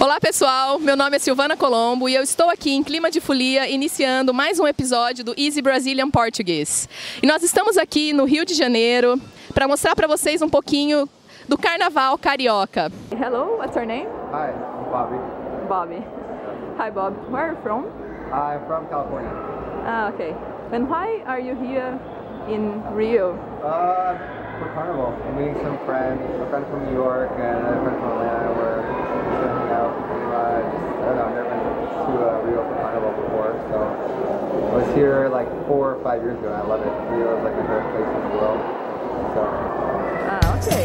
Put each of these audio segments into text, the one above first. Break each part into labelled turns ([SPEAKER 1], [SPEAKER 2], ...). [SPEAKER 1] Olá pessoal, meu nome é Silvana Colombo e eu estou aqui em clima de folia iniciando mais um episódio do Easy Brazilian Portuguese. E nós estamos aqui no Rio de Janeiro para mostrar para vocês um pouquinho do carnaval carioca. Hello, what's your name?
[SPEAKER 2] Hi, I'm Bobby.
[SPEAKER 1] Bobby. Hi Bob, where are you from?
[SPEAKER 2] I'm from California.
[SPEAKER 1] Ah, okay. And why are you here in Rio?
[SPEAKER 2] Uh, for carnival, I'm meeting some friends, a friend from New York and another friend from Atlanta. We're just gonna hang out. And, uh, just, I don't know, I've never been to uh, Rio for carnival before, so I was here like four or five years ago. and I love it. Rio is like my favorite place in the world. So.
[SPEAKER 1] Ah, okay.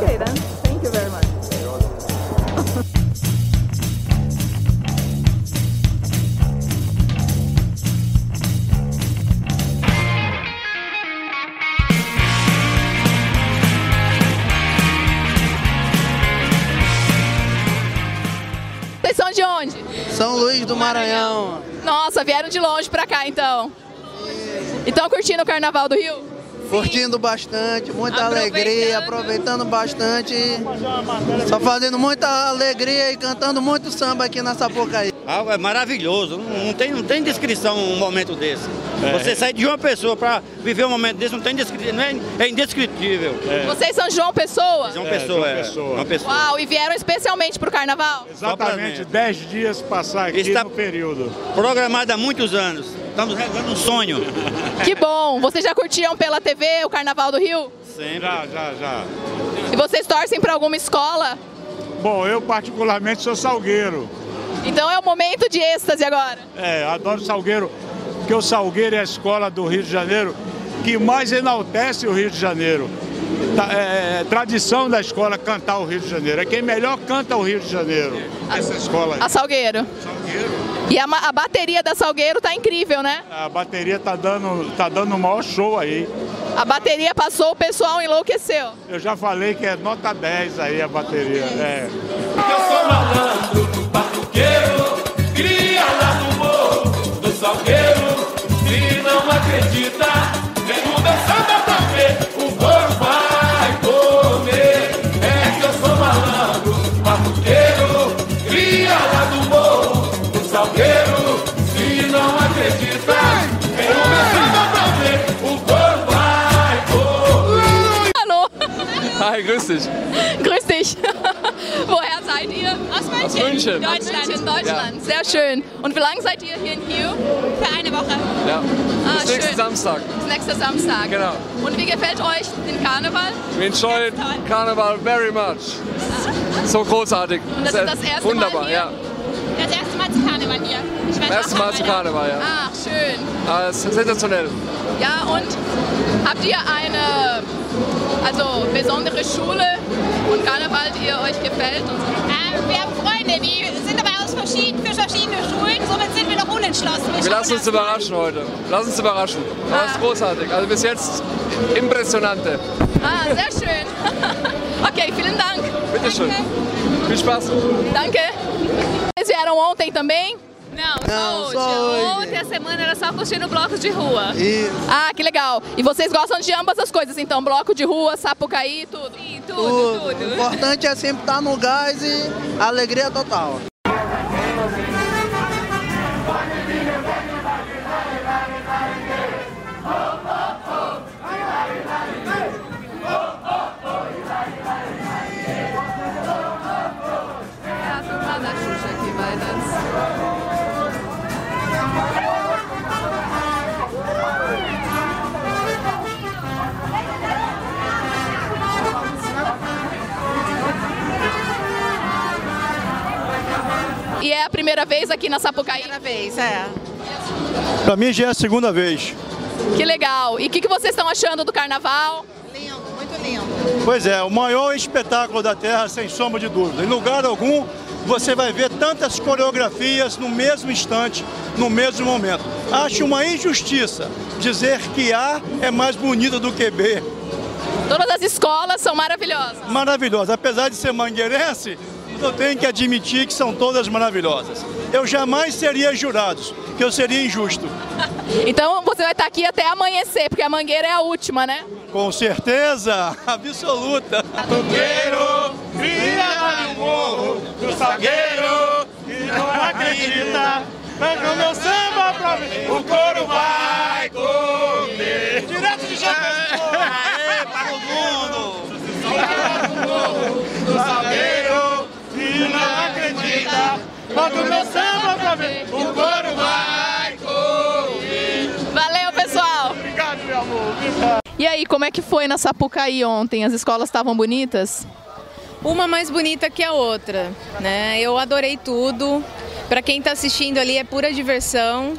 [SPEAKER 1] Okay then. Thank you very much. Vocês são de onde?
[SPEAKER 3] São Luís do Maranhão.
[SPEAKER 1] Nossa, vieram de longe pra cá então. E estão curtindo o carnaval do Rio?
[SPEAKER 3] Curtindo bastante, muita
[SPEAKER 1] Aproveitando.
[SPEAKER 3] alegria, aproveitando bastante. Só fazendo muita alegria e cantando muito samba aqui na Sapucaí.
[SPEAKER 4] Ah, é maravilhoso, não não tem, não tem descrição um momento desse.
[SPEAKER 5] É.
[SPEAKER 4] Você sair de uma pessoa para viver um momento desse, não tem descrição, não é, é indescritível.
[SPEAKER 5] É,
[SPEAKER 1] Vocês são João Pessoa?
[SPEAKER 4] É uma
[SPEAKER 6] É,
[SPEAKER 4] pessoa,
[SPEAKER 6] João
[SPEAKER 4] é.
[SPEAKER 6] Pessoa.
[SPEAKER 4] Uma pessoa.
[SPEAKER 1] Uau, e vieram especialmente pro carnaval?
[SPEAKER 6] Exatamente, 10 dias passar aqui
[SPEAKER 4] Está-
[SPEAKER 6] no período.
[SPEAKER 4] Programada há muitos anos. Estamos realizando um sonho.
[SPEAKER 1] Que bom! Vocês já curtiam pela TV o Carnaval do Rio?
[SPEAKER 4] Sempre.
[SPEAKER 6] Já, já, já.
[SPEAKER 1] E vocês torcem pra alguma escola?
[SPEAKER 6] Bom, eu particularmente sou salgueiro.
[SPEAKER 1] Então é o momento de êxtase agora.
[SPEAKER 6] É, adoro salgueiro, porque o salgueiro é a escola do Rio de Janeiro que mais enaltece o Rio de Janeiro. Tá, é, é, tradição da escola cantar o Rio de Janeiro. É quem melhor canta o Rio de Janeiro. Essa escola aí.
[SPEAKER 1] A Salgueiro. E a, ma- a bateria da Salgueiro tá incrível, né?
[SPEAKER 6] A bateria tá dando, tá dando o maior show aí.
[SPEAKER 1] A bateria passou, o pessoal enlouqueceu.
[SPEAKER 6] Eu já falei que é nota 10 aí a bateria. É.
[SPEAKER 7] Eu sou malandro, batuqueiro, cria lá no morro do Salgueiro. Se não acredita, vem no meu samba pra ver. O bolo vai comer. É que eu sou malandro, batuqueiro, cria lá do morro do Salgueiro. Se não acredita, vem no meu samba pra ver. O bolo vai comer.
[SPEAKER 1] Alô,
[SPEAKER 8] Hi, grüß dich.
[SPEAKER 1] grüß dich. Woher seid ihr? Aus München.
[SPEAKER 8] München.
[SPEAKER 1] Deutschland. Deutschland. Sehr schön. Und wie lange seid ihr hier in Rio? Für eine Woche.
[SPEAKER 8] Ja.
[SPEAKER 1] Ah,
[SPEAKER 8] Bis nächsten
[SPEAKER 1] schön.
[SPEAKER 8] Samstag.
[SPEAKER 1] Bis nächster Samstag.
[SPEAKER 8] Genau.
[SPEAKER 1] Und wie gefällt euch den Karneval?
[SPEAKER 8] We enjoyed Carnival very much. So großartig.
[SPEAKER 1] Und das ist das erste Mal
[SPEAKER 8] Wunderbar,
[SPEAKER 1] hier?
[SPEAKER 8] ja.
[SPEAKER 9] Das erste Mal zu Karneval hier. Ich war
[SPEAKER 8] Erstes
[SPEAKER 9] schon
[SPEAKER 8] Mal zu Karneval, ja.
[SPEAKER 1] Ach, schön.
[SPEAKER 8] Ah, es ist sensationell.
[SPEAKER 1] Ja, und habt ihr eine also besondere Schule und Karneval, die ihr euch gefällt? Und so?
[SPEAKER 9] Ähm, wir haben Freunde, die sind aber aus verschieden, für verschiedene Schulen, somit sind wir noch unentschlossen.
[SPEAKER 8] Wir lassen uns
[SPEAKER 9] schauen erst mal.
[SPEAKER 8] überraschen heute. Lass uns überraschen. Aber es ist großartig. Also bis jetzt impressionante.
[SPEAKER 1] Ah, sehr schön. ok, vielen Dank.
[SPEAKER 8] Bitteschön. Viel Spaß.
[SPEAKER 1] Danke. Vocês vieram ontem também?
[SPEAKER 9] Não,
[SPEAKER 3] Não,
[SPEAKER 9] só,
[SPEAKER 3] só
[SPEAKER 9] hoje.
[SPEAKER 3] hoje.
[SPEAKER 9] Ontem a semana era só curtindo o bloco de rua.
[SPEAKER 3] E
[SPEAKER 1] Ah, que legal. E vocês gostam de ambas as coisas, então? Bloco de rua, sapucaí, tudo?
[SPEAKER 9] Sim,
[SPEAKER 3] o
[SPEAKER 9] tudo, tudo.
[SPEAKER 3] importante é sempre estar no gás e alegria total.
[SPEAKER 1] E é a primeira vez aqui na Sapucaí?
[SPEAKER 9] é.
[SPEAKER 5] Pra mim já é a segunda vez.
[SPEAKER 1] Que legal. E o que, que vocês estão achando do carnaval?
[SPEAKER 5] Pois é, o maior espetáculo da Terra, sem sombra de dúvida. Em lugar algum, você vai ver tantas coreografias no mesmo instante, no mesmo momento. Acho uma injustiça dizer que A é mais bonita do que B.
[SPEAKER 1] Todas as escolas são maravilhosas.
[SPEAKER 5] Maravilhosa. Apesar de ser mangueirense, eu tenho que admitir que são todas maravilhosas. Eu jamais seria jurado, que eu seria injusto.
[SPEAKER 1] Então você vai estar aqui até amanhecer, porque a mangueira é a última, né?
[SPEAKER 5] Com certeza absoluta.
[SPEAKER 7] Batuqueiro, cria lá no morro do Salgueiro e não acredita. Mas no meu samba pra mim, o couro vai comer. Direto de Jacques Aê, para o mundo. Do Salgueiro e não acredita. Mas no meu samba pra mim, o couro vai comer.
[SPEAKER 1] Valeu, pessoal.
[SPEAKER 7] Obrigado, meu amor. Obrigado.
[SPEAKER 1] E aí, como é que foi na Sapucaí ontem? As escolas estavam bonitas?
[SPEAKER 10] Uma mais bonita que a outra, né? Eu adorei tudo. Para quem está assistindo ali é pura diversão.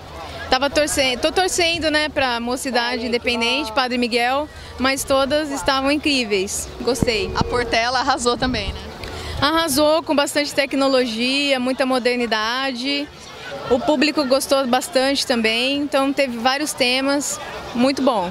[SPEAKER 10] Tava torcendo, tô torcendo, né, para Mocidade Independente, Padre Miguel, mas todas estavam incríveis. Gostei.
[SPEAKER 1] A Portela arrasou também, né?
[SPEAKER 10] Arrasou com bastante tecnologia, muita modernidade. O público gostou bastante também, então teve vários temas, muito bom.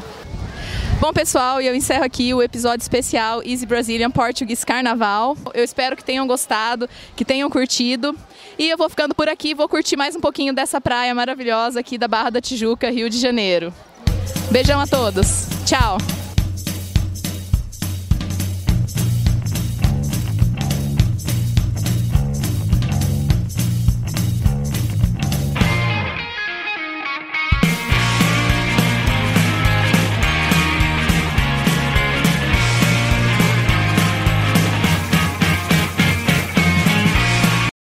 [SPEAKER 1] Bom, pessoal, e eu encerro aqui o episódio especial Easy Brazilian Portuguese Carnaval. Eu espero que tenham gostado, que tenham curtido. E eu vou ficando por aqui, vou curtir mais um pouquinho dessa praia maravilhosa aqui da Barra da Tijuca, Rio de Janeiro. Beijão a todos. Tchau.